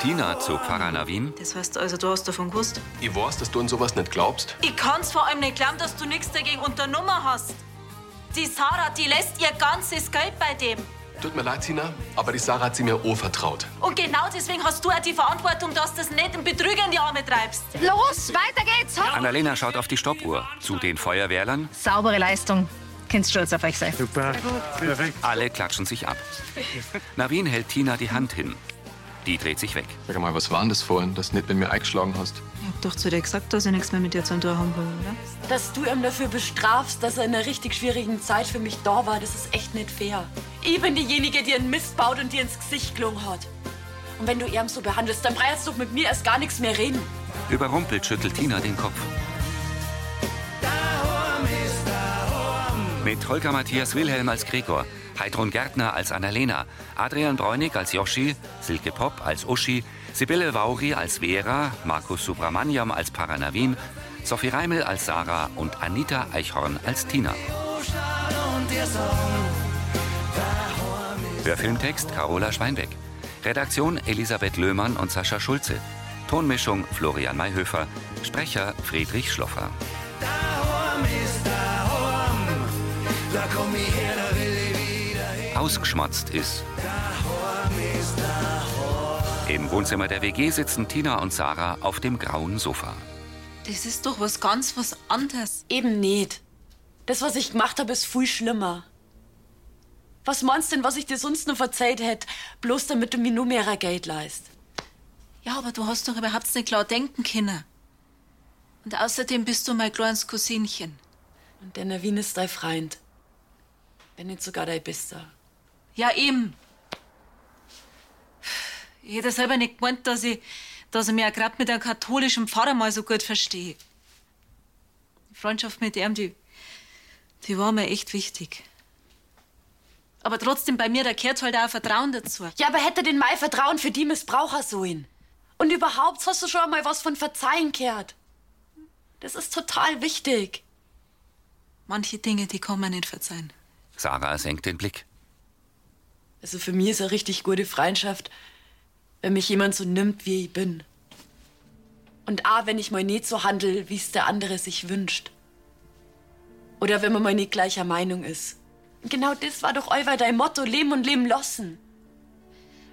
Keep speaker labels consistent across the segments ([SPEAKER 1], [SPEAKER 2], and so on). [SPEAKER 1] Tina zog Pfarrer Navin.
[SPEAKER 2] Das heißt also, du hast davon gewusst?
[SPEAKER 3] Ich weiß, dass du an sowas nicht glaubst.
[SPEAKER 2] Ich kann's vor allem nicht glauben, dass du nichts dagegen unternommen hast. Die Sarah, die lässt ihr ganzes Geld bei dem.
[SPEAKER 3] Tut mir leid, Tina, aber die Sarah hat sie mir anvertraut.
[SPEAKER 2] Und genau deswegen hast du auch die Verantwortung, dass du das nicht im Betrüger in die Arme treibst.
[SPEAKER 4] Los, weiter geht's! Hopp.
[SPEAKER 1] Annalena schaut auf die Stoppuhr. Zu den Feuerwehrlern.
[SPEAKER 4] Saubere Leistung. Kennst stolz auf euch sein.
[SPEAKER 5] Super. Perfekt.
[SPEAKER 1] Alle klatschen sich ab. Navin hält Tina die Hand hin. Die dreht sich weg.
[SPEAKER 3] Sag mal, was war denn das vorhin, dass du nicht mit mir eingeschlagen hast?
[SPEAKER 2] Ich hab doch zu dir gesagt, dass ich nichts mehr mit dir zu tun haben will, oder?
[SPEAKER 6] Dass du ihn dafür bestrafst, dass er in einer richtig schwierigen Zeit für mich da war, das ist echt nicht fair. Ich bin diejenige, die ihn Mist baut und dir ins Gesicht gelungen hat. Und wenn du ihn so behandelst, dann brauchst du doch mit mir erst gar nichts mehr reden.
[SPEAKER 1] Überrumpelt schüttelt Tina den Kopf. Mit Holger Matthias Wilhelm als Gregor, Heidrun Gärtner als Annalena, Adrian Bräunig als Joschi, Silke Popp als Uschi, Sibylle Vauri als Vera, Markus Subramaniam als Paranavin, Sophie Reimel als Sarah und Anita Eichhorn als Tina. Hörfilmtext Carola Schweinbeck. Redaktion Elisabeth Löhmann und Sascha Schulze. Tonmischung Florian Mayhöfer. Sprecher Friedrich Schloffer. Ausgeschmatzt ist. Im Wohnzimmer der WG sitzen Tina und Sarah auf dem grauen Sofa.
[SPEAKER 2] Das ist doch was ganz was anderes.
[SPEAKER 6] Eben nicht. Das, was ich gemacht habe, ist viel schlimmer. Was meinst denn, was ich dir sonst noch verzeiht hätte, bloß damit du mir nur mehr Geld leist?
[SPEAKER 2] Ja, aber du hast doch überhaupt nicht klar denken können. Und außerdem bist du mein kleines Cousinchen.
[SPEAKER 6] Und der Navin ist dein Freund. Wenn nicht sogar dein Bester.
[SPEAKER 2] Ja, eben. Ich hätte selber nicht gemeint, dass ich, dass ich mich auch gerade mit einem katholischen Pfarrer mal so gut verstehe. Die Freundschaft mit ihm, die, die war mir echt wichtig. Aber trotzdem, bei mir, da gehört halt auch ein Vertrauen dazu.
[SPEAKER 6] Ja, aber hätte den Mai Vertrauen für die Missbraucher so hin. Und überhaupt hast du schon mal was von Verzeihen gehört. Das ist total wichtig.
[SPEAKER 2] Manche Dinge, die kann man nicht verzeihen.
[SPEAKER 1] Sarah senkt den Blick.
[SPEAKER 6] Also für mich ist eine richtig gute Freundschaft, wenn mich jemand so nimmt, wie ich bin. Und auch wenn ich mal nicht so handel, wie es der andere sich wünscht. Oder wenn man mal nicht gleicher Meinung ist. Und Genau das war doch euer dein Motto, Leben und Leben lassen.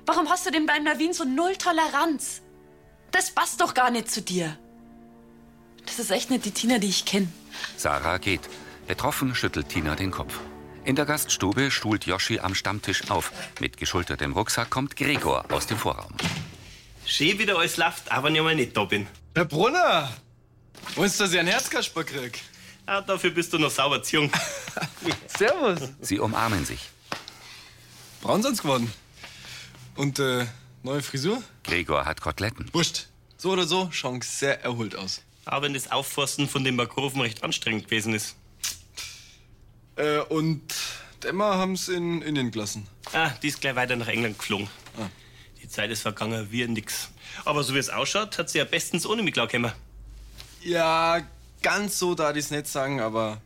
[SPEAKER 6] Warum hast du denn beim Navin so null Toleranz? Das passt doch gar nicht zu dir. Das ist echt nicht die Tina, die ich kenne.
[SPEAKER 1] Sarah geht. Betroffen schüttelt Tina den Kopf. In der Gaststube stuhlt Joschi am Stammtisch auf. Mit geschultertem Rucksack kommt Gregor aus dem Vorraum.
[SPEAKER 7] Schön, wie da alles läuft, auch wenn ich mal nicht da bin.
[SPEAKER 8] Herr Brunner, willst du, dass ich einen Herzkasper krieg?
[SPEAKER 7] Ah, dafür bist du noch sauber zu jung.
[SPEAKER 8] Servus.
[SPEAKER 1] Sie umarmen sich.
[SPEAKER 8] Braun sind's geworden. Und, äh, neue Frisur?
[SPEAKER 1] Gregor hat Koteletten.
[SPEAKER 8] Wurscht. So oder so, schauen sehr erholt aus.
[SPEAKER 7] Auch wenn das Aufforsten von den Mangroven recht anstrengend gewesen ist.
[SPEAKER 8] Äh, und Dämmer haben's in Indien gelassen. Ah.
[SPEAKER 7] Ah, die ist gleich weiter nach England geflogen. Die Zeit ist vergangen wie nix. Aber so wie es ausschaut, hat sie ja bestens ohne mich klargekommen.
[SPEAKER 8] Ja, ganz so darf ich's nicht sagen, aber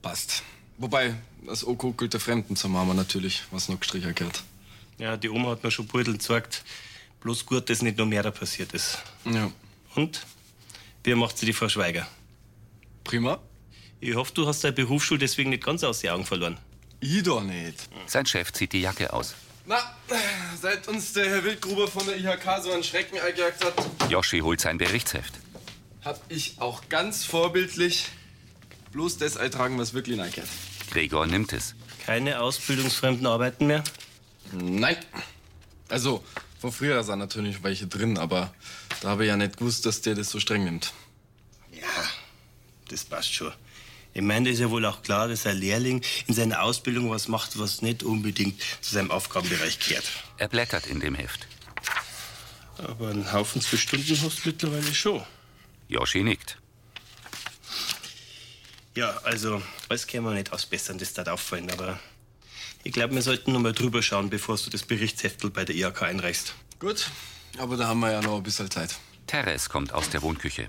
[SPEAKER 8] passt. Wobei, das Oko gilt der Fremden zum Mama natürlich, was noch gestrichen gehört.
[SPEAKER 7] Ja, die Oma hat mir schon Brötel gezeigt. Bloß gut, dass nicht noch mehr da passiert ist.
[SPEAKER 8] Ja,
[SPEAKER 7] Und? Wie macht sie die Frau Schweiger?
[SPEAKER 8] prima.
[SPEAKER 7] Ich hoffe, du hast deine Berufsschule deswegen nicht ganz aus den Augen verloren.
[SPEAKER 8] Ich doch nicht.
[SPEAKER 1] Sein Chef zieht die Jacke aus.
[SPEAKER 8] Na, seit uns der Herr Wildgruber von der IHK so einen Schrecken eingejagt hat,
[SPEAKER 1] Joschi holt sein Berichtsheft.
[SPEAKER 8] hab ich auch ganz vorbildlich bloß das eintragen, was wirklich neigert.
[SPEAKER 1] Gregor nimmt es.
[SPEAKER 7] Keine ausbildungsfremden Arbeiten mehr?
[SPEAKER 8] Nein. Also, von früher sind natürlich welche drin, aber da habe ich ja nicht gewusst, dass der das so streng nimmt.
[SPEAKER 7] Das passt schon. Ich meine, das ist ja wohl auch klar, dass ein Lehrling in seiner Ausbildung was macht, was nicht unbedingt zu seinem Aufgabenbereich gehört.
[SPEAKER 1] Er blättert in dem Heft.
[SPEAKER 7] Aber einen Haufen zu Stunden hast du mittlerweile schon.
[SPEAKER 1] Joschi nickt.
[SPEAKER 7] Ja, also, alles können wir nicht ausbessern, das darf auffallen, aber ich glaube, wir sollten noch mal drüber schauen, bevor du das Berichtsheftel bei der IHK einreichst.
[SPEAKER 8] Gut, aber da haben wir ja noch ein bisschen Zeit.
[SPEAKER 1] Teres kommt aus der Wohnküche.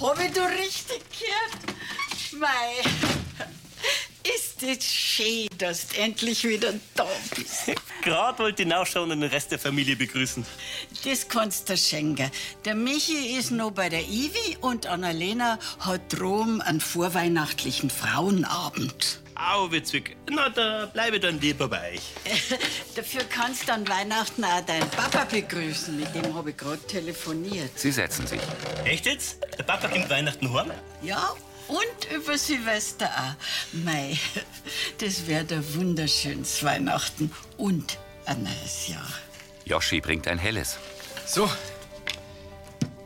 [SPEAKER 6] Habe du richtig gehört? Mei.
[SPEAKER 5] Ist es schön, dass du endlich wieder da bist.
[SPEAKER 7] Gerade wollte ich nachschauen und den Rest der Familie begrüßen.
[SPEAKER 5] Das kannst du dir schenken. Der Michi ist noch bei der Ivi und Annalena hat Rom einen vorweihnachtlichen Frauenabend.
[SPEAKER 7] Au, witzig. Na, da bleibe ich dann lieber bei euch.
[SPEAKER 5] Dafür kannst du an Weihnachten auch deinen Papa begrüßen. Mit dem habe ich gerade telefoniert.
[SPEAKER 1] Sie setzen sich.
[SPEAKER 7] Echt jetzt? Der Papa kommt Weihnachten heim?
[SPEAKER 5] Ja, und über Silvester auch. Mei, das wird ein wunderschönes Weihnachten und ein neues Jahr.
[SPEAKER 1] Yoshi bringt ein helles.
[SPEAKER 8] So,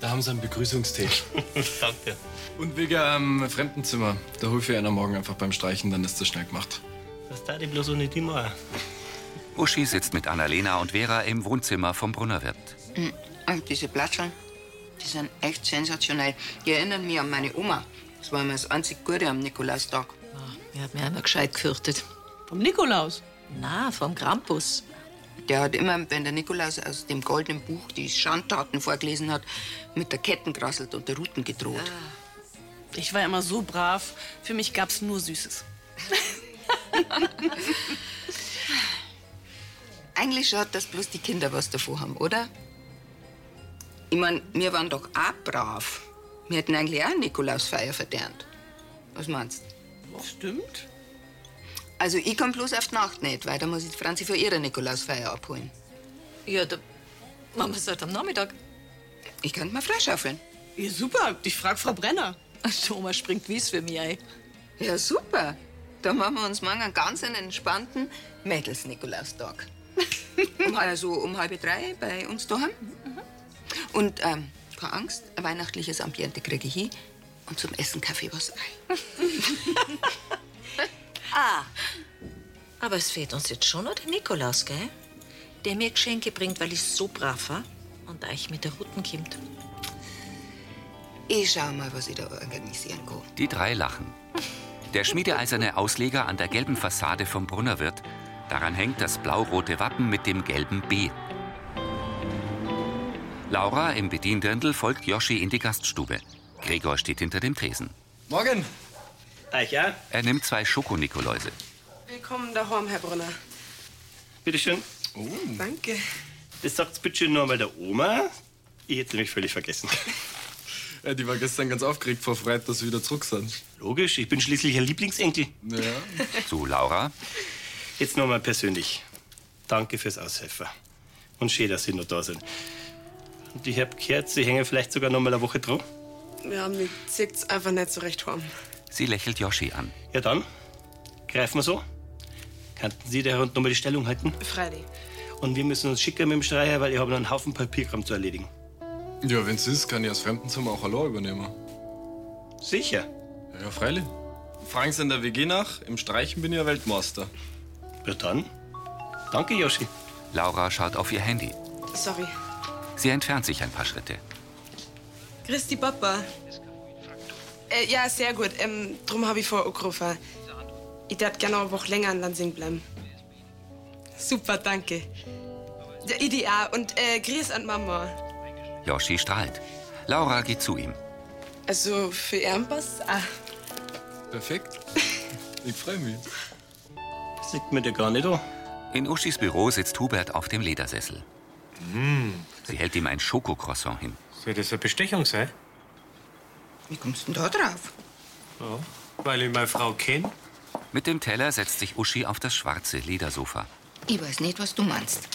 [SPEAKER 8] da haben sie einen Begrüßungstee.
[SPEAKER 7] Danke.
[SPEAKER 8] Und wegen ähm, Fremdenzimmer, da hol ich einer morgen einfach beim Streichen, dann ist das schnell gemacht.
[SPEAKER 7] Was da die bloß ohne die machen?
[SPEAKER 1] Uschi sitzt mit Annalena und Vera im Wohnzimmer vom Brunnerwirt.
[SPEAKER 9] Hm, Und diese Platscheln, die sind echt sensationell. Die erinnern mich an meine Oma. Das war immer das einzig Gute am Nikolaustag.
[SPEAKER 10] Ich hab mich einmal gescheit gefürchtet.
[SPEAKER 11] Vom Nikolaus.
[SPEAKER 10] Na, vom Krampus.
[SPEAKER 9] Der hat immer, wenn der Nikolaus aus dem goldenen Buch die Schandtaten vorgelesen hat, mit der Ketten gerasselt und der Ruten gedroht.
[SPEAKER 11] Ich war immer so brav. Für mich gab's nur Süßes.
[SPEAKER 9] Eigentlich schaut das bloß die Kinder was davor haben, oder? Ich mein, wir waren doch auch brav. Wir hätten eigentlich auch Nikolausfeier verdient. Was meinst du?
[SPEAKER 11] Stimmt.
[SPEAKER 9] Also, ich komm bloß auf die Nacht nicht, weil da muss ich die Franzi von ihrer Nikolausfeier abholen.
[SPEAKER 10] Ja, da machen wir es halt am Nachmittag.
[SPEAKER 9] Ich könnte mal freischaufeln.
[SPEAKER 11] Ja, super. Ich frag Frau Brenner. Die Oma springt wie's für mich ein.
[SPEAKER 9] Ja, super. Da machen wir uns morgen einen ganz einen entspannten Mädels-Nikolaustag. um, also um halb drei bei uns daheim.
[SPEAKER 11] Mhm.
[SPEAKER 9] Und ähm, keine Angst, ein weihnachtliches Ambiente kriege ich hin. Und zum Essen Kaffee was ein.
[SPEAKER 10] Ah. Aber es fehlt uns jetzt schon noch der Nikolaus, gell? Der mir Geschenke bringt, weil ich so brav war und euch mit der Ruten kommt.
[SPEAKER 9] Ich schau mal, was ich da organisieren kann.
[SPEAKER 1] Die drei lachen. Der schmiedeeiserne Ausleger an der gelben Fassade vom Brunnerwirt. Daran hängt das blau-rote Wappen mit dem gelben B. Laura im Bediendirndl folgt Yoshi in die Gaststube. Gregor steht hinter dem Tresen.
[SPEAKER 8] Morgen!
[SPEAKER 7] Euch ja?
[SPEAKER 1] Er nimmt zwei Schokonikoläuse.
[SPEAKER 12] Willkommen daheim, Herr Brunner.
[SPEAKER 7] Bitteschön.
[SPEAKER 8] Oh,
[SPEAKER 12] Danke.
[SPEAKER 7] Das sagt's bitte nur mal der Oma. Ich hätte mich völlig vergessen.
[SPEAKER 8] Ja, die war gestern ganz aufgeregt vor Freude, dass wir wieder zurück sind.
[SPEAKER 7] Logisch, ich bin schließlich ihr Lieblingsenkel.
[SPEAKER 8] Ja.
[SPEAKER 1] Zu Laura.
[SPEAKER 7] Jetzt nochmal persönlich. Danke fürs Aushelfen. Und schön, dass Sie noch da sind. Und ich hab gehört, Sie hängen vielleicht sogar noch mal eine Woche dran.
[SPEAKER 12] Ja, mir zieht's einfach nicht so recht warm.
[SPEAKER 1] Sie lächelt Yoshi an.
[SPEAKER 7] Ja, dann greifen wir so. Könnten Sie der Hund noch mal die Stellung halten?
[SPEAKER 12] Freilich.
[SPEAKER 7] Und wir müssen uns schicken mit dem Streicher, weil ich habe noch einen Haufen Papierkram zu erledigen.
[SPEAKER 8] Ja, wenn's ist, kann ich das Fremdenzimmer auch Hallo übernehmen.
[SPEAKER 7] Sicher.
[SPEAKER 8] Ja, ja freilich. Fragen Sie in der WG nach, im Streichen bin ich ja Weltmeister.
[SPEAKER 7] Ja, dann. Danke, Yoshi.
[SPEAKER 1] Laura schaut auf ihr Handy.
[SPEAKER 12] Sorry.
[SPEAKER 1] Sie entfernt sich ein paar Schritte.
[SPEAKER 12] Christi Papa. Äh, ja, sehr gut. Ähm, drum habe ich vor angerufen. Ich darf gerne eine Woche länger in Lansing bleiben. Super, danke. Ja, ich die auch. Und äh, Grüß an Mama.
[SPEAKER 1] Yoshi strahlt. Laura geht zu ihm.
[SPEAKER 12] Also für Ehrenpass? Ah,
[SPEAKER 8] Perfekt. Ich freue mich.
[SPEAKER 7] Sieht mir der gar nicht an.
[SPEAKER 1] In Uschis Büro sitzt Hubert auf dem Ledersessel. Sie hält ihm ein Schokocroissant hin.
[SPEAKER 13] Mm. Soll das eine Bestechung sein?
[SPEAKER 9] Wie kommst du denn da drauf?
[SPEAKER 13] Ja. Weil ich meine Frau kenne?
[SPEAKER 1] Mit dem Teller setzt sich Uschi auf das schwarze Ledersofa.
[SPEAKER 9] Ich weiß nicht, was du meinst.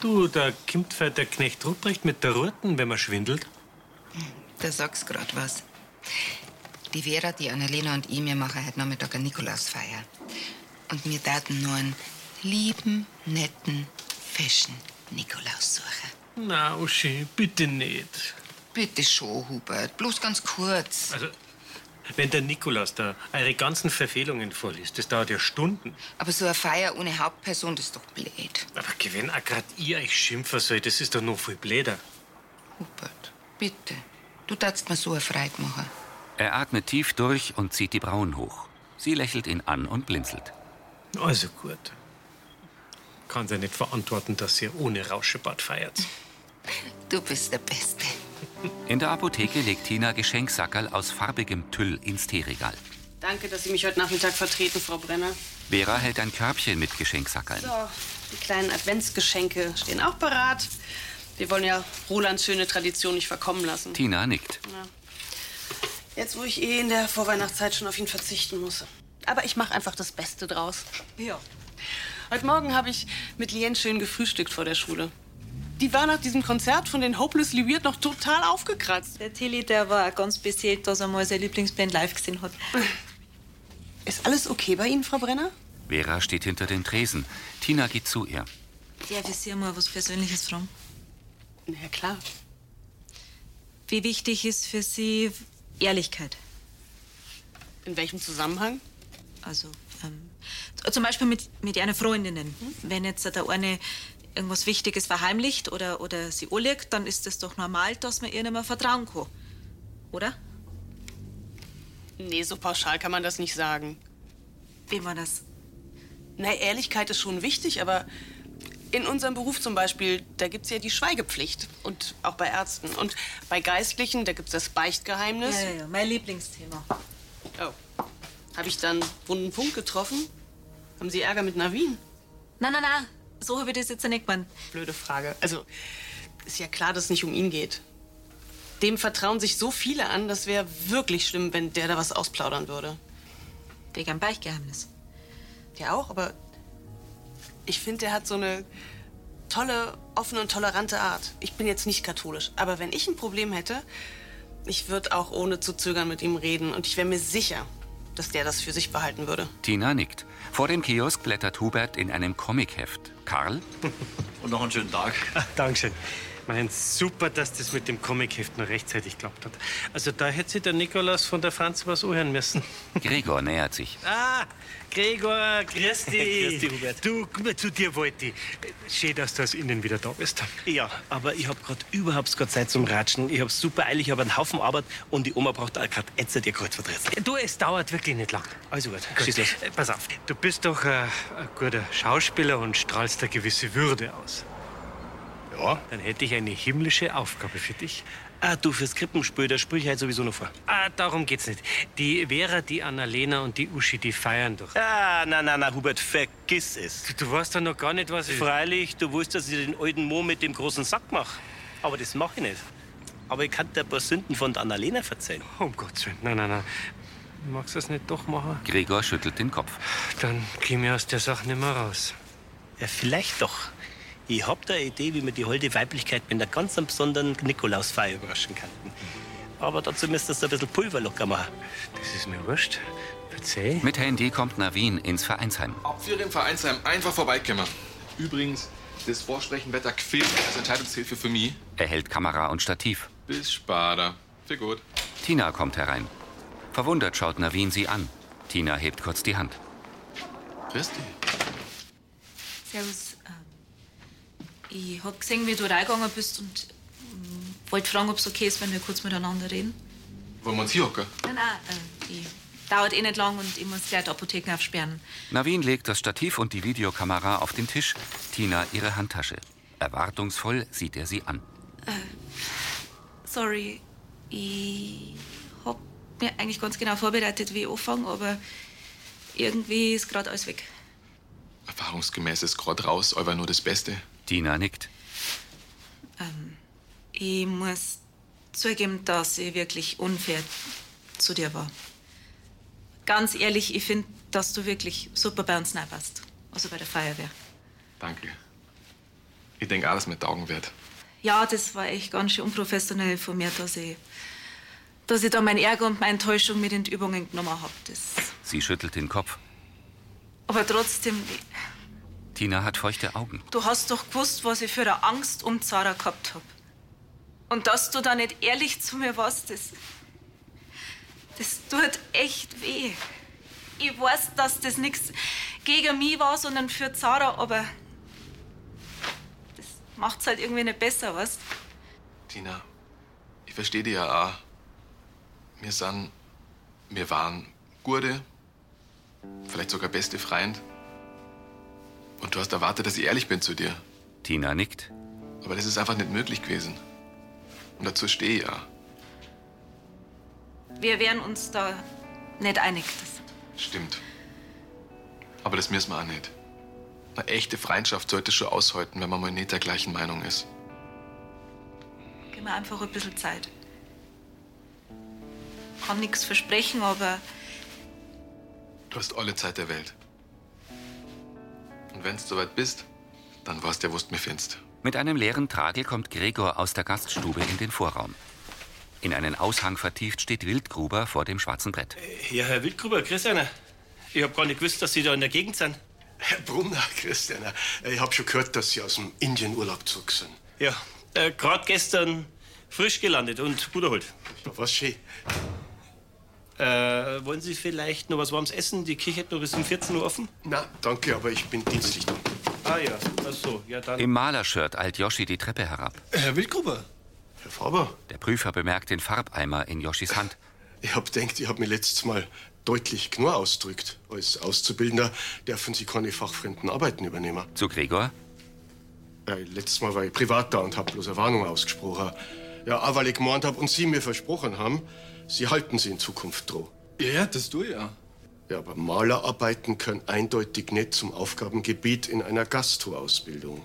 [SPEAKER 13] Du, da kommt vielleicht der Knecht Ruprecht mit der Ruten, wenn man schwindelt.
[SPEAKER 9] Da sagst grad was. Die Vera, die Annalena und ich, wir machen heute Nachmittag eine Nikolausfeier. Und wir taten nur einen lieben, netten, fashion Nikolaus suchen.
[SPEAKER 13] Na, Uschi, bitte nicht.
[SPEAKER 9] Bitte schon, Hubert. Bloß ganz kurz.
[SPEAKER 13] Also, wenn der Nikolaus da eure ganzen Verfehlungen vorliest, das dauert ja Stunden.
[SPEAKER 9] Aber so eine Feier ohne Hauptperson, das ist doch blöd.
[SPEAKER 13] Aber wenn auch grad ihr euch schimpfen sollt, das ist doch noch viel bläder.
[SPEAKER 9] Hubert, bitte. Du darfst mir so eine Freude machen.
[SPEAKER 1] Er atmet tief durch und zieht die Brauen hoch. Sie lächelt ihn an und blinzelt.
[SPEAKER 13] Also gut. Kann's ja nicht verantworten, dass ihr ohne Rauschebad feiert.
[SPEAKER 9] Du bist der Beste.
[SPEAKER 1] In der Apotheke legt Tina Geschenksackerl aus farbigem Tüll ins Teeregal.
[SPEAKER 11] Danke, dass Sie mich heute Nachmittag vertreten, Frau Brenner.
[SPEAKER 1] Vera hält ein Körbchen mit Geschenksackeln.
[SPEAKER 11] So, die kleinen Adventsgeschenke stehen auch parat. Wir wollen ja Rolands schöne Tradition nicht verkommen lassen.
[SPEAKER 1] Tina nickt.
[SPEAKER 11] Ja. Jetzt, wo ich eh in der Vorweihnachtszeit schon auf ihn verzichten muss. Aber ich mache einfach das Beste draus. Ja. Heute Morgen habe ich mit Lien schön gefrühstückt vor der Schule. Die war nach diesem Konzert von den Hopelessly Weird noch total aufgekratzt.
[SPEAKER 2] Der Tilly, der war ganz beseelt, dass er mal seine Lieblingsband live gesehen hat.
[SPEAKER 11] Ist alles okay bei Ihnen, Frau Brenner?
[SPEAKER 1] Vera steht hinter den Tresen. Tina geht zu ihr.
[SPEAKER 2] Darf ich Sie mal was Persönliches fragen?
[SPEAKER 11] Na klar.
[SPEAKER 2] Wie wichtig ist für Sie Ehrlichkeit?
[SPEAKER 11] In welchem Zusammenhang?
[SPEAKER 2] Also, ähm, z- zum Beispiel mit, mit einer Freundin. Wenn jetzt der eine irgendwas Wichtiges verheimlicht oder, oder sie anlegt, dann ist es doch normal, dass man ihr nicht mehr vertrauen kann. Oder?
[SPEAKER 11] Nee, so pauschal kann man das nicht sagen.
[SPEAKER 2] Wie war das?
[SPEAKER 11] Na, Ehrlichkeit ist schon wichtig, aber in unserem Beruf zum Beispiel, da gibt's ja die Schweigepflicht. Und auch bei Ärzten. Und bei Geistlichen, da gibt's das Beichtgeheimnis.
[SPEAKER 2] Ja, ja, ja, mein Lieblingsthema.
[SPEAKER 11] Oh. Habe ich dann wunden Punkt getroffen? Haben Sie Ärger mit Navin?
[SPEAKER 2] Nein, nein, nein. So habe ich das jetzt ja nicht gemeint.
[SPEAKER 11] Blöde Frage. Also, ist ja klar, dass es nicht um ihn geht. Dem vertrauen sich so viele an, das wäre wirklich schlimm, wenn der da was ausplaudern würde.
[SPEAKER 2] Wegen einem Beichtgeheimnis.
[SPEAKER 11] Ja, auch, aber ich finde, der hat so eine tolle, offene und tolerante Art. Ich bin jetzt nicht katholisch, aber wenn ich ein Problem hätte, ich würde auch ohne zu zögern mit ihm reden und ich wäre mir sicher, dass der das für sich behalten würde.
[SPEAKER 1] Tina nickt. Vor dem Kiosk blättert Hubert in einem Comicheft. Karl?
[SPEAKER 14] Und noch einen schönen Tag.
[SPEAKER 13] Dankeschön. Mein, super, dass das mit dem Comicheft noch rechtzeitig geklappt hat. Also da hätte sich der Nikolaus von der Franz was anhören müssen.
[SPEAKER 1] Gregor nähert sich.
[SPEAKER 13] Ah, Gregor, grüß dich.
[SPEAKER 14] Grüß dich, Hubert.
[SPEAKER 13] Du, zu dir wollte ich. Schön, dass du aus Innen wieder da bist.
[SPEAKER 14] Ja, aber ich habe gerade überhaupt keine Zeit zum Ratschen. Ich habe super eilig, ich habe einen Haufen Arbeit und die Oma braucht auch gerade jetzt ihr Kreuzvertreter.
[SPEAKER 13] Du, es dauert wirklich nicht lang.
[SPEAKER 14] Also gut,
[SPEAKER 13] Gut,
[SPEAKER 14] schieß los.
[SPEAKER 13] äh, Pass auf, du bist doch äh, ein guter Schauspieler und strahlst eine gewisse Würde aus. Ja. Dann hätte ich eine himmlische Aufgabe für dich.
[SPEAKER 14] Ah, du, fürs Krippenspiel, da spiel ich halt sowieso noch vor.
[SPEAKER 13] Ah, darum geht's nicht. Die Vera, die Annalena und die Uschi, die feiern doch.
[SPEAKER 14] Ah, na, na, na, Hubert, vergiss es.
[SPEAKER 13] Du, du weißt doch noch gar nicht, was ich...
[SPEAKER 14] Freilich, du wusstest, dass ich den alten Mo mit dem großen Sack mache. Aber das mache ich nicht. Aber ich kann dir ein paar Sünden von der Annalena verzeihen.
[SPEAKER 13] Um Gottes Willen, nein, nein, nein. Magst du das nicht doch machen?
[SPEAKER 1] Gregor schüttelt den Kopf.
[SPEAKER 13] Dann geh mir aus der Sache nicht mehr raus.
[SPEAKER 14] Ja, vielleicht doch. Ich hab da eine Idee, wie man die holde Weiblichkeit mit einer ganz besonderen Nikolausfeier überraschen kann. Aber dazu müsstest du ein bisschen Pulver locker machen.
[SPEAKER 13] Das ist mir wurscht. Verzeih.
[SPEAKER 1] Mit Handy kommt Navin ins Vereinsheim.
[SPEAKER 8] Ab für den Vereinsheim einfach vorbeikommen. Übrigens, das Vorsprechenwetter quillt als Entscheidungshilfe für mich.
[SPEAKER 1] Er hält Kamera und Stativ.
[SPEAKER 8] Bis Spader. Für gut.
[SPEAKER 1] Tina kommt herein. Verwundert schaut Navin sie an. Tina hebt kurz die Hand.
[SPEAKER 8] Christi.
[SPEAKER 2] Servus. Ähm, Ich hab gesehen, wie du reingegangen bist und ähm, wollte fragen, ob es okay ist, wenn wir kurz miteinander reden.
[SPEAKER 8] Wollen wir uns hier hocken?
[SPEAKER 2] Nein, nein, äh, ich, dauert eh nicht lang und ich muss gleich die Apotheken aufsperren.
[SPEAKER 1] Navin legt das Stativ und die Videokamera auf den Tisch. Tina ihre Handtasche. Erwartungsvoll sieht er sie an.
[SPEAKER 2] Äh, Sorry, ich hab mir eigentlich ganz genau vorbereitet, wie ich anfange, aber irgendwie ist gerade alles weg.
[SPEAKER 8] Erfahrungsgemäß ist grad raus, euer nur das Beste.
[SPEAKER 1] Tina nickt.
[SPEAKER 2] Ähm, ich muss zugeben, dass ich wirklich unfair zu dir war. Ganz ehrlich, ich finde, dass du wirklich super bei uns nahe warst. Also bei der Feuerwehr.
[SPEAKER 8] Danke. Ich denke alles mit Augen wert.
[SPEAKER 2] Ja, das war echt ganz schön unprofessionell von mir, dass ich, dass ich da meinen Ärger und meine Enttäuschung mit in die Übungen genommen habe.
[SPEAKER 1] Sie schüttelt den Kopf.
[SPEAKER 2] Aber trotzdem,
[SPEAKER 1] Tina hat feuchte Augen.
[SPEAKER 2] du hast doch gewusst, was ich für eine Angst um Zara gehabt habe. Und dass du da nicht ehrlich zu mir warst, das, das tut echt weh. Ich weiß, dass das nichts gegen mich war, sondern für Zara, aber das macht's halt irgendwie nicht besser, was?
[SPEAKER 8] Tina, ich verstehe dich ja auch. Wir sind, wir waren gute, vielleicht sogar beste Freund. Und du hast erwartet, dass ich ehrlich bin zu dir.
[SPEAKER 1] Tina nickt.
[SPEAKER 8] Aber das ist einfach nicht möglich gewesen. Und dazu stehe ich ja.
[SPEAKER 2] Wir werden uns da nicht einig. Das-
[SPEAKER 8] Stimmt. Aber das müssen wir auch nicht. Eine echte Freundschaft sollte schon aushäuten, wenn man mal nicht der gleichen Meinung ist.
[SPEAKER 2] Gib mir einfach ein bisschen Zeit. Kann nichts versprechen, aber
[SPEAKER 8] Du hast alle Zeit der Welt. Und wenn du soweit bist, dann weißt du ja, wo du mich findest.
[SPEAKER 1] Mit einem leeren Tragel kommt Gregor aus der Gaststube in den Vorraum. In einen Aushang vertieft steht Wildgruber vor dem schwarzen Brett.
[SPEAKER 7] Ja, Herr Wildgruber, grüß einer. Ich hab gar nicht gewusst, dass Sie da in der Gegend sind.
[SPEAKER 15] Herr Brunner, Christianer, Äh, ich hab schon gehört, dass Sie aus dem Indienurlaub zurück sind.
[SPEAKER 7] Ja, äh, gerade gestern frisch gelandet und gut erholt.
[SPEAKER 15] Ja, was schön.
[SPEAKER 7] Äh, wollen Sie vielleicht noch was warmes essen? Die Kirche hat noch bis um 14 Uhr offen.
[SPEAKER 15] Na, danke, aber ich bin dienstlich da.
[SPEAKER 7] Ah ja, ach so, ja dann.
[SPEAKER 1] Im Malershirt eilt Joschi die Treppe herab.
[SPEAKER 15] Herr Wildgruber. Herr Faber.
[SPEAKER 1] Der Prüfer bemerkt den Farbeimer in Joschis Hand.
[SPEAKER 15] Ich hab gedacht, ich hab mich letztes Mal deutlich genug ausgedrückt. Als Auszubildender dürfen Sie keine fachfremden Arbeiten übernehmen.
[SPEAKER 1] Zu Gregor?
[SPEAKER 15] Äh, letztes Mal war ich privat da und hab bloß eine Warnung ausgesprochen. Ja, auch weil ich gemeint hab und Sie mir versprochen haben, Sie halten sie in Zukunft droh.
[SPEAKER 8] Ja, das tue ich ja.
[SPEAKER 15] Ja, aber Malerarbeiten können eindeutig nicht zum Aufgabengebiet in einer Gastro-Ausbildung.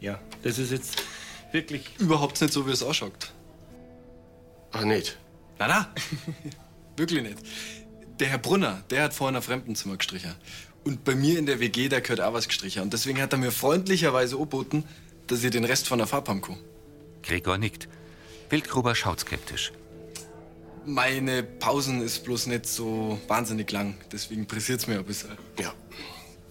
[SPEAKER 7] Ja, das ist jetzt wirklich.
[SPEAKER 8] Überhaupt nicht so, wie es ausschaut.
[SPEAKER 15] Ach, Ah, nicht?
[SPEAKER 8] Na, na. Wirklich nicht. Der Herr Brunner, der hat vorhin ein Fremdenzimmer gestrichen. Und bei mir in der WG, da gehört auch was gestrichen. Und deswegen hat er mir freundlicherweise angeboten, dass ich den Rest von der Farbe haben kann.
[SPEAKER 1] Gregor nickt. Wildgruber schaut skeptisch.
[SPEAKER 8] Meine Pausen ist bloß nicht so wahnsinnig lang. Deswegen pressiert's mir ein bisschen.
[SPEAKER 15] Ja.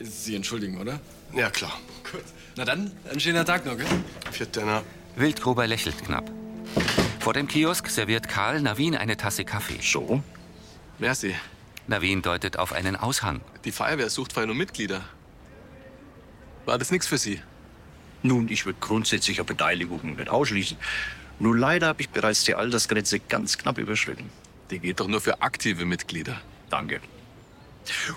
[SPEAKER 8] Sie entschuldigen, oder?
[SPEAKER 15] Ja, klar.
[SPEAKER 8] Gut. Na dann, einen schönen Tag noch, gell?
[SPEAKER 15] Viertener.
[SPEAKER 1] Wildgruber lächelt knapp. Vor dem Kiosk serviert Karl Navin eine Tasse Kaffee.
[SPEAKER 8] So? Merci.
[SPEAKER 1] Navin deutet auf einen Aushang.
[SPEAKER 8] Die Feuerwehr sucht feine Mitglieder. War das nichts für Sie?
[SPEAKER 16] Nun, ich würde grundsätzlich eine Beteiligung nicht ausschließen. Nur leider habe ich bereits die Altersgrenze ganz knapp überschritten.
[SPEAKER 8] Die geht doch nur für aktive Mitglieder.
[SPEAKER 16] Danke.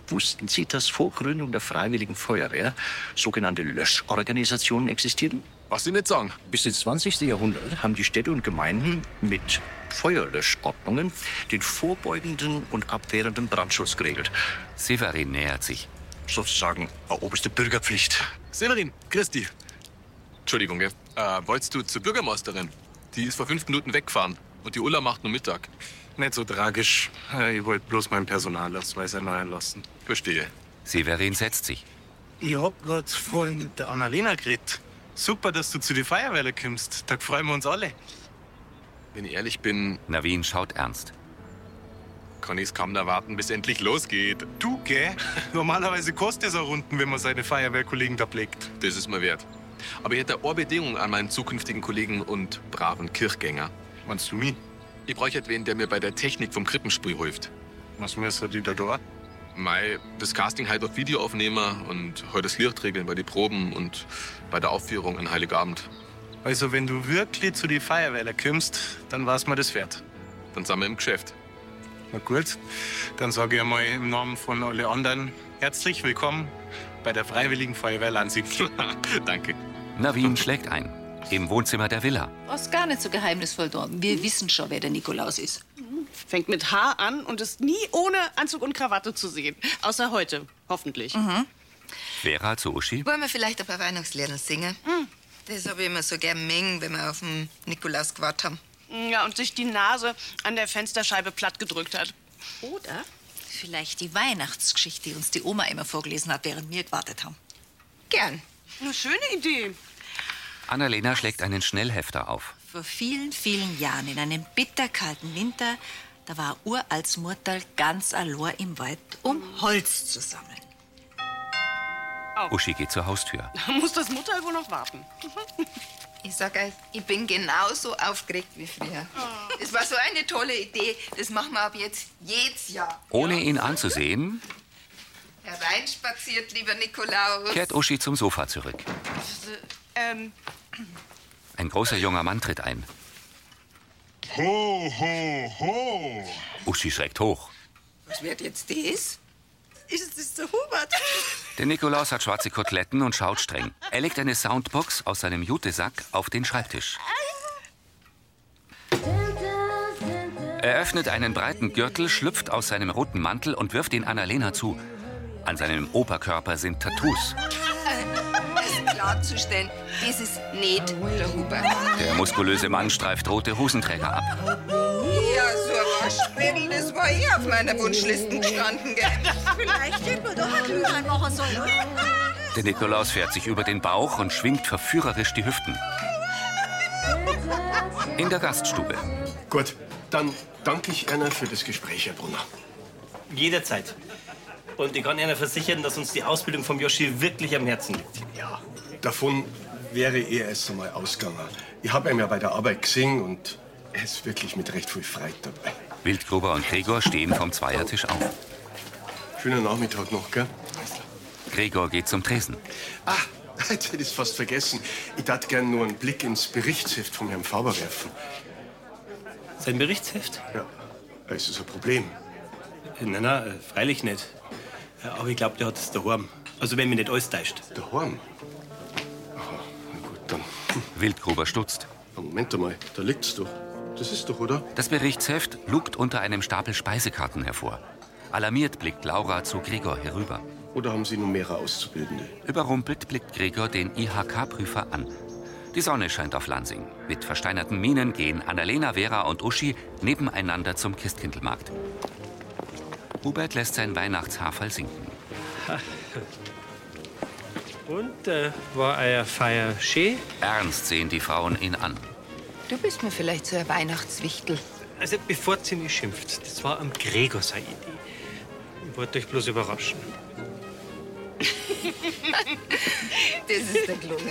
[SPEAKER 16] Wussten Sie, dass vor Gründung der Freiwilligen Feuerwehr sogenannte Löschorganisationen existierten?
[SPEAKER 8] Was Sie nicht sagen.
[SPEAKER 16] Bis ins 20. Jahrhundert haben die Städte und Gemeinden mit Feuerlöschordnungen den vorbeugenden und abwehrenden Brandschutz geregelt.
[SPEAKER 1] Severin nähert sich.
[SPEAKER 16] Sozusagen eine oberste Bürgerpflicht.
[SPEAKER 8] Severin, Christi. Entschuldigung, gell? Äh, wolltest du zur Bürgermeisterin? Die ist vor fünf Minuten weggefahren. Und die Ulla macht nur Mittag.
[SPEAKER 17] Nicht so tragisch. Äh, Ich wollte bloß meinen Personalausweis erneuern lassen.
[SPEAKER 8] Verstehe.
[SPEAKER 1] Severin setzt sich.
[SPEAKER 17] Ich hab grad vorhin mit der Annalena geredet. Super, dass du zu den Feuerwehren kommst. Da freuen wir uns alle.
[SPEAKER 8] Wenn ich ehrlich bin,
[SPEAKER 1] Navin schaut ernst.
[SPEAKER 8] kann ich's kaum erwarten, bis endlich losgeht.
[SPEAKER 17] Du, gell? Normalerweise kostet es auch Runden, wenn man seine Feuerwehrkollegen da blickt.
[SPEAKER 8] Das ist mir wert. Aber ich hätte eine Bedingung an meinen zukünftigen Kollegen und braven Kirchgänger.
[SPEAKER 17] Meinst du mich?
[SPEAKER 8] Ich bräuchte wen, der mir bei der Technik vom Krippenspiel hilft.
[SPEAKER 17] Was müssen die da da?
[SPEAKER 8] Mei, das Casting halt auf Video aufnehmen und heute das Licht regeln bei den Proben und bei der Aufführung an Heiligabend.
[SPEAKER 17] Also, wenn du wirklich zu den Feuerwehren kommst, dann war's mir das wert.
[SPEAKER 8] Dann sind wir im Geschäft.
[SPEAKER 17] Na gut, dann sage ich einmal im Namen von alle anderen herzlich willkommen bei der Freiwilligen Feuerwehr Lansing.
[SPEAKER 8] Danke.
[SPEAKER 1] Navin schlägt ein. Im Wohnzimmer der Villa.
[SPEAKER 18] Was gar nicht so geheimnisvoll da. Wir wissen schon, wer der Nikolaus ist.
[SPEAKER 11] Fängt mit H an und ist nie ohne Anzug und Krawatte zu sehen. Außer heute, hoffentlich.
[SPEAKER 18] Mhm.
[SPEAKER 1] Vera zu Uschi.
[SPEAKER 9] Wollen wir vielleicht ein paar Weihnachtslieder singen? Das habe ich immer so gern mengen, wenn wir auf den Nikolaus gewartet haben.
[SPEAKER 11] Ja, und sich die Nase an der Fensterscheibe platt gedrückt hat.
[SPEAKER 18] Oder? äh? Vielleicht die Weihnachtsgeschichte, die uns die Oma immer vorgelesen hat, während wir gewartet haben.
[SPEAKER 9] Gern.
[SPEAKER 11] Eine schöne Idee.
[SPEAKER 1] Annalena schlägt einen Schnellhefter auf.
[SPEAKER 18] Vor vielen, vielen Jahren, in einem bitterkalten Winter, da war ein uraltes Murtal ganz allein im Wald, um Holz zu sammeln.
[SPEAKER 1] Uschi geht zur Haustür.
[SPEAKER 11] Da muss das Mutter wohl noch warten.
[SPEAKER 9] Ich sag euch, ich bin genauso aufgeregt wie früher.
[SPEAKER 11] Ah.
[SPEAKER 9] Es war so eine tolle Idee. Das machen wir ab jetzt jedes Jahr.
[SPEAKER 1] Ohne ihn anzusehen,
[SPEAKER 9] Hereinspaziert, lieber Nikolaus.
[SPEAKER 1] kehrt Uschi zum Sofa zurück.
[SPEAKER 11] Ähm,
[SPEAKER 1] Ein großer junger Mann tritt ein.
[SPEAKER 9] Ho, ho, ho.
[SPEAKER 1] Uschi schreckt hoch.
[SPEAKER 9] Was wird jetzt das? Ist das der Hubert?
[SPEAKER 1] Der Nikolaus hat schwarze Koteletten und schaut streng. Er legt eine Soundbox aus seinem Jutesack auf den Schreibtisch. Er öffnet einen breiten Gürtel, schlüpft aus seinem roten Mantel und wirft ihn Annalena zu. An seinem Oberkörper sind Tattoos.
[SPEAKER 9] Das klarzustellen, das ist nicht der Huber.
[SPEAKER 1] Der muskulöse Mann streift rote Hosenträger ab.
[SPEAKER 9] Ja, so ein Waschbügel, das war eh auf meiner Wunschliste gestanden, gell? Vielleicht hätten wir doch einen Glühwein machen sollen,
[SPEAKER 1] Der Nikolaus fährt sich über den Bauch und schwingt verführerisch die Hüften. In der Gaststube.
[SPEAKER 15] Gut, dann danke ich Ihnen für das Gespräch, Herr Brunner.
[SPEAKER 7] Jederzeit. Und ich kann Ihnen versichern, dass uns die Ausbildung vom Yoshi wirklich am Herzen liegt. Ja.
[SPEAKER 15] Davon wäre er erst einmal ausgegangen. Ich habe ihn ja bei der Arbeit gesehen und er ist wirklich mit recht viel Freude dabei.
[SPEAKER 1] Wildgruber und Gregor stehen vom Zweiertisch auf.
[SPEAKER 15] Schönen Nachmittag noch, gell?
[SPEAKER 1] Gregor geht zum Tresen.
[SPEAKER 15] Ah, ich hätte ich fast vergessen. Ich darf gern nur einen Blick ins Berichtsheft von Herrn Faber werfen.
[SPEAKER 7] Sein Berichtsheft?
[SPEAKER 15] Ja. Es ist ein Problem.
[SPEAKER 7] Nein, nein, äh, freilich nicht. Ja, Aber ich glaube, der hat es daheim. Also, wenn mir nicht alles täuscht.
[SPEAKER 15] Daheim?
[SPEAKER 1] Wildgruber stutzt.
[SPEAKER 15] Moment einmal, da liegt's doch. Das ist doch, oder?
[SPEAKER 1] Das Berichtsheft lugt unter einem Stapel Speisekarten hervor. Alarmiert blickt Laura zu Gregor herüber.
[SPEAKER 15] Oder haben Sie nun mehrere Auszubildende?
[SPEAKER 1] Überrumpelt blickt Gregor den IHK-Prüfer an. Die Sonne scheint auf Lansing. Mit versteinerten Mienen gehen Annalena, Vera und Uschi nebeneinander zum Christkindlmarkt. Hubert lässt sein Weihnachtshaferl sinken.
[SPEAKER 13] Und äh, war euer Feier schön?
[SPEAKER 1] Ernst sehen die Frauen ihn an.
[SPEAKER 9] Du bist mir vielleicht so ein Weihnachtswichtel.
[SPEAKER 13] Also bevor sie mich schimpft, das war am Gregor seine Idee. Ich wollte euch bloß überraschen.
[SPEAKER 9] Das ist der gelungen.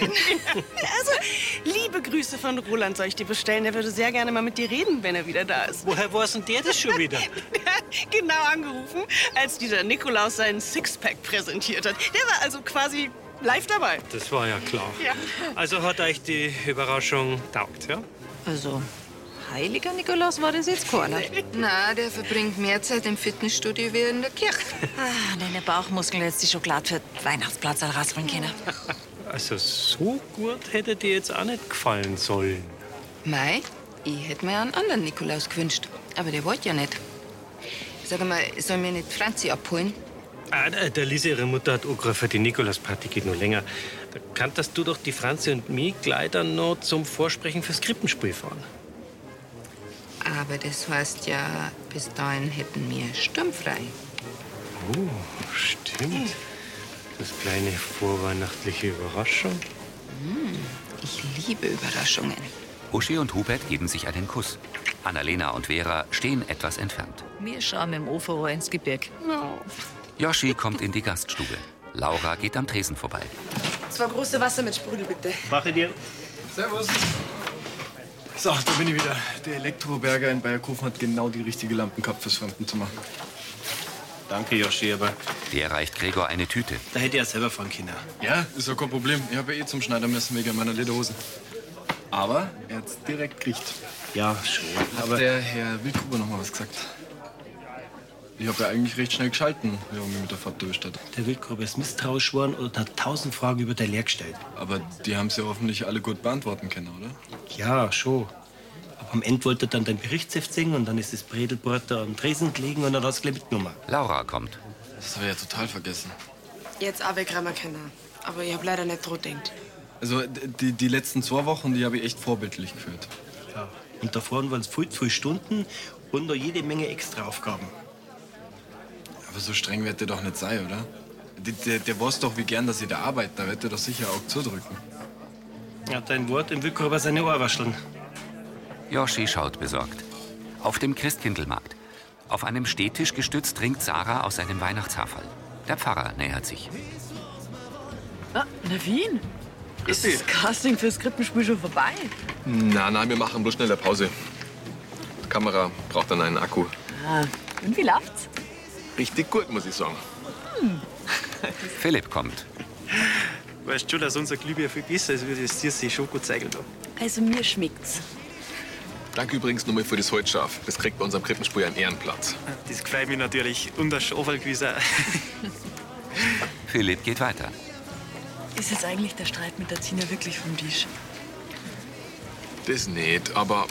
[SPEAKER 11] Also, liebe Grüße von Roland soll ich dir bestellen. Der würde sehr gerne mal mit dir reden, wenn er wieder da ist.
[SPEAKER 13] Woher weiß denn der das schon wieder?
[SPEAKER 11] Der hat genau angerufen, als dieser Nikolaus seinen Sixpack präsentiert hat. Der war also quasi live dabei.
[SPEAKER 13] Das war ja klar.
[SPEAKER 11] Ja.
[SPEAKER 13] Also hat euch die Überraschung taugt, ja?
[SPEAKER 10] Also, heiliger Nikolaus war das jetzt keiner.
[SPEAKER 9] Na, der verbringt mehr Zeit im Fitnessstudio wie in der Kirche.
[SPEAKER 18] Ah, deine Bauchmuskeln jetzt die Schokolade für den Weihnachtsplatz raspeln können.
[SPEAKER 13] Also so gut hätte dir jetzt auch nicht gefallen sollen.
[SPEAKER 9] Mei, ich hätte mir einen anderen Nikolaus gewünscht. Aber der wollte ja nicht. Sag mal, soll mir nicht Franzi abholen?
[SPEAKER 13] Ah, der der Lise, ihre Mutter hat angerufen, die Nikolausparty geht noch länger. Da kanntest du doch die Franzi und mich gleich dann noch zum Vorsprechen fürs Krippenspiel fahren.
[SPEAKER 9] Aber das heißt ja, bis dahin hätten wir sturmfrei.
[SPEAKER 13] Oh, stimmt. Das kleine vorweihnachtliche Überraschung.
[SPEAKER 9] Hm, ich liebe Überraschungen.
[SPEAKER 1] Uschi und Hubert geben sich einen Kuss. Annalena und Vera stehen etwas entfernt.
[SPEAKER 18] Wir schauen mit dem Ofenrohr ins Gebirg.
[SPEAKER 1] Yoshi kommt in die Gaststube. Laura geht am Tresen vorbei.
[SPEAKER 12] Zwei große Wasser mit Sprudel, bitte.
[SPEAKER 7] Mache dir.
[SPEAKER 19] Servus. So, da bin ich wieder. Der Elektroberger in Bayerkofen hat genau die richtige Lampe gehabt fürs Fremdenzimmer.
[SPEAKER 7] Danke, Yoshi, aber
[SPEAKER 1] Dir reicht Gregor eine Tüte.
[SPEAKER 7] da hätte er selber fahren können.
[SPEAKER 19] Ja, ist ja kein Problem. Ich habe ja eh zum Schneidermessen wegen meiner Lederhosen. Aber er hat's direkt gekriegt.
[SPEAKER 7] Ja, schon.
[SPEAKER 19] Hat der Herr Wildgruber noch mal was gesagt? Ich habe ja eigentlich recht schnell geschalten, wie er mich mit der Fahrt erwischt hat.
[SPEAKER 7] Der Wildgruber ist misstrauisch geworden und hat tausend Fragen über dein Lehr gestellt.
[SPEAKER 19] Aber die haben sie ja hoffentlich alle gut beantworten können, oder?
[SPEAKER 7] Ja, schon. Aber am Ende wollte er dann dein Berichtsheft singen und dann ist das Bredelbrot da am Tresen gelegen und dann hast du gleich mitgenommen.
[SPEAKER 1] Laura kommt.
[SPEAKER 19] Das habe ich ja total vergessen.
[SPEAKER 12] Jetzt auch weg, Ramakenner. Aber ich hab leider nicht dran denkt.
[SPEAKER 19] Also d- die, die letzten zwei Wochen, die habe ich echt vorbildlich geführt.
[SPEAKER 7] Ja. Und da vorne waren es viel zu viele Stunden und noch jede Menge extra Aufgaben.
[SPEAKER 19] Aber so streng wird der doch nicht sein, oder? Der, der, der weiß doch, wie gern, dass ich da arbeite. Da wird er doch sicher auch zudrücken.
[SPEAKER 7] Er hat dein Wort im Wildgruber seine Ohr wascheln.
[SPEAKER 1] Yoshi schaut besorgt. Auf dem Christkindlmarkt. Auf einem Stehtisch gestützt trinkt Sarah aus einem Weihnachtshaferl. Der Pfarrer nähert sich.
[SPEAKER 20] Ah, Navin?
[SPEAKER 3] Grüß
[SPEAKER 20] Ist
[SPEAKER 3] dich.
[SPEAKER 20] das Casting fürs Krippenspiel schon vorbei?
[SPEAKER 3] Na, na, wir machen bloß schnell eine Pause. Die Kamera braucht dann einen Akku.
[SPEAKER 20] Ah, und wie läuft's?
[SPEAKER 3] Richtig gut, muss ich sagen.
[SPEAKER 20] Hm.
[SPEAKER 1] Philipp kommt.
[SPEAKER 21] Weißt du, dass unser Glühwein viel besser ist, wie das dir sich schon gut zeigen da.
[SPEAKER 20] Also mir schmeckt's.
[SPEAKER 3] Danke übrigens nochmal für das Holzschaf. Das kriegt bei unserem Krippenspiel einen Ehrenplatz.
[SPEAKER 21] Das gefällt mir natürlich. Und der Schafelgewisser.
[SPEAKER 1] Philipp geht weiter.
[SPEAKER 20] Ist jetzt eigentlich der Streit mit der Tina wirklich vom Tisch?
[SPEAKER 3] Das nicht, aber.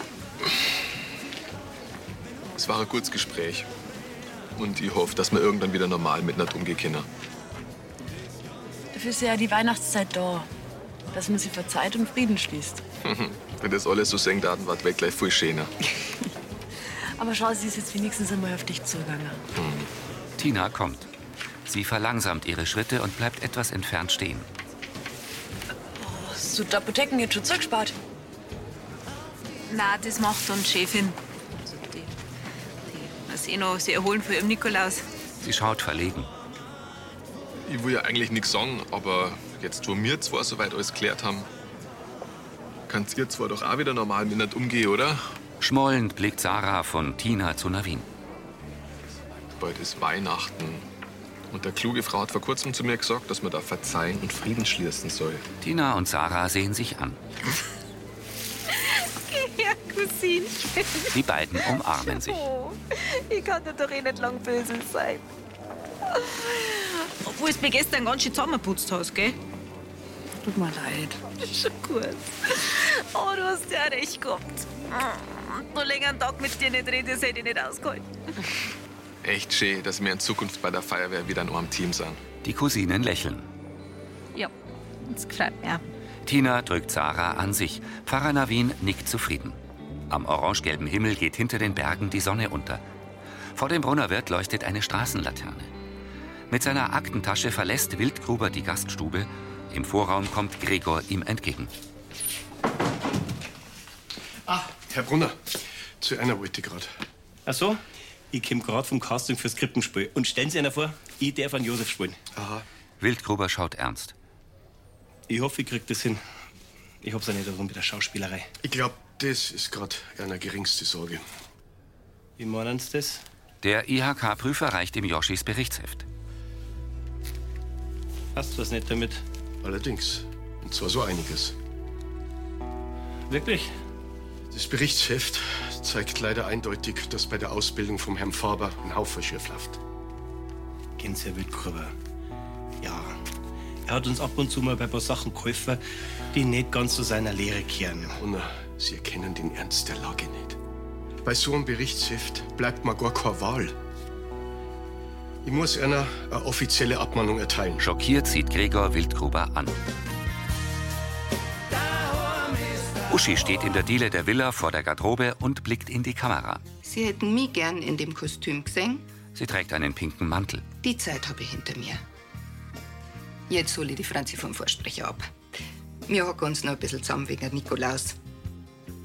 [SPEAKER 3] Es
[SPEAKER 8] Es war ein gutes Gespräch. Und ich hoffe, dass wir irgendwann wieder normal miteinander umgehen können.
[SPEAKER 6] Dafür ist ja die Weihnachtszeit da, dass man sie verzeiht und Frieden schließt.
[SPEAKER 8] Wenn das alles so senkt, dann wird gleich viel schöner.
[SPEAKER 6] Aber schau, sie ist jetzt wenigstens einmal auf dich zugegangen.
[SPEAKER 1] Tina kommt. Sie verlangsamt ihre Schritte und bleibt etwas entfernt stehen.
[SPEAKER 6] Hast du die Apotheken jetzt schon zurückgespart?
[SPEAKER 2] Na, das macht dann die Chefin. Also die, die muss eh noch sie erholen von ihrem Nikolaus.
[SPEAKER 1] Sie schaut verlegen.
[SPEAKER 8] Ich will ja eigentlich nichts sagen, aber jetzt, wo wir zwar soweit alles geklärt haben, kannst ihr zwar doch auch wieder normal miteinander umgehen, oder?
[SPEAKER 1] Schmollend blickt Sarah von Tina zu Navin.
[SPEAKER 8] Bald ist Weihnachten. Und der kluge Frau hat vor kurzem zu mir gesagt, dass man da verzeihen und Frieden schließen soll.
[SPEAKER 1] Tina und Sarah sehen sich an.
[SPEAKER 4] Ja, Cousinchen.
[SPEAKER 1] Die beiden umarmen sich.
[SPEAKER 4] Oh, ich kann dir doch eh nicht lang böse sein.
[SPEAKER 2] Obwohl es mir gestern ganz schön zusammengeputzt hast, gell?
[SPEAKER 6] Tut mir leid.
[SPEAKER 4] Ist schon gut. Oh, du hast ja recht gehabt. Nur länger einen Tag mit dir nicht reden, das hätte ich nicht ausgehalten.
[SPEAKER 8] Echt schön, dass wir in Zukunft bei der Feuerwehr wieder in einem Team sind.
[SPEAKER 1] Die Cousinen lächeln.
[SPEAKER 4] Ja, das gefällt mir.
[SPEAKER 1] Tina drückt Sarah an sich. Pfarrer Navin nickt zufrieden. Am orangegelben Himmel geht hinter den Bergen die Sonne unter. Vor dem Brunnerwirt leuchtet eine Straßenlaterne. Mit seiner Aktentasche verlässt Wildgruber die Gaststube. Im Vorraum kommt Gregor ihm entgegen.
[SPEAKER 7] Ah.
[SPEAKER 15] Herr Brunner, zu einer wollte ich gerade.
[SPEAKER 7] Ach so? Ich komme gerade vom Casting fürs Krippenspiel. Und stellen Sie einer vor, ich darf an Josef spielen.
[SPEAKER 15] Aha.
[SPEAKER 1] Wildgruber schaut ernst.
[SPEAKER 7] Ich hoffe, ich krieg das hin. Ich hab's ja nicht darum mit der Schauspielerei.
[SPEAKER 15] Ich glaube, das ist gerade einer geringste Sorge.
[SPEAKER 7] Wie meinen Sie das?
[SPEAKER 1] Der IHK-Prüfer reicht ihm Joschis Berichtsheft.
[SPEAKER 7] Hast du was nicht damit?
[SPEAKER 15] Allerdings. Und zwar so einiges.
[SPEAKER 7] Wirklich?
[SPEAKER 15] Das Berichtsheft zeigt leider eindeutig, dass bei der Ausbildung vom Herrn Faber ein Haufen Schürflaft.
[SPEAKER 7] Kennst du Herr Wildgruber? Ja. Er hat uns ab und zu mal bei ein paar Sachen geholfen, die nicht ganz zu seiner Lehre kehren.
[SPEAKER 15] Und Sie erkennen den Ernst der Lage nicht. Bei so einem Berichtsheft bleibt mir gar keine Wahl. Ich muss einer eine offizielle Abmahnung erteilen.
[SPEAKER 1] Schockiert zieht Gregor Wildgruber an. Uschi steht in der Diele der Villa vor der Garderobe und blickt in die Kamera.
[SPEAKER 9] Sie hätten mich gern in dem Kostüm gesehen.
[SPEAKER 1] Sie trägt einen pinken Mantel.
[SPEAKER 9] Die Zeit habe ich hinter mir. Jetzt hole ich die Franzi vom Vorsprecher ab. Wir hocken uns noch ein bisschen zusammen wegen Nikolaus.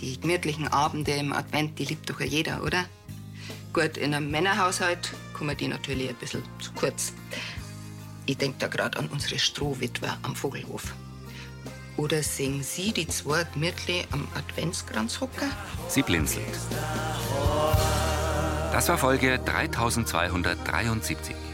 [SPEAKER 9] Die gemütlichen Abende im Advent, die liebt doch ja jeder, oder? Gut, in einem Männerhaushalt kommen die natürlich ein bisschen zu kurz. Ich denke da gerade an unsere Strohwitwe am Vogelhof. Oder sehen Sie die zwei gemütlich am Adventskranz hocken?
[SPEAKER 1] Sie blinzelt. Das war Folge 3273.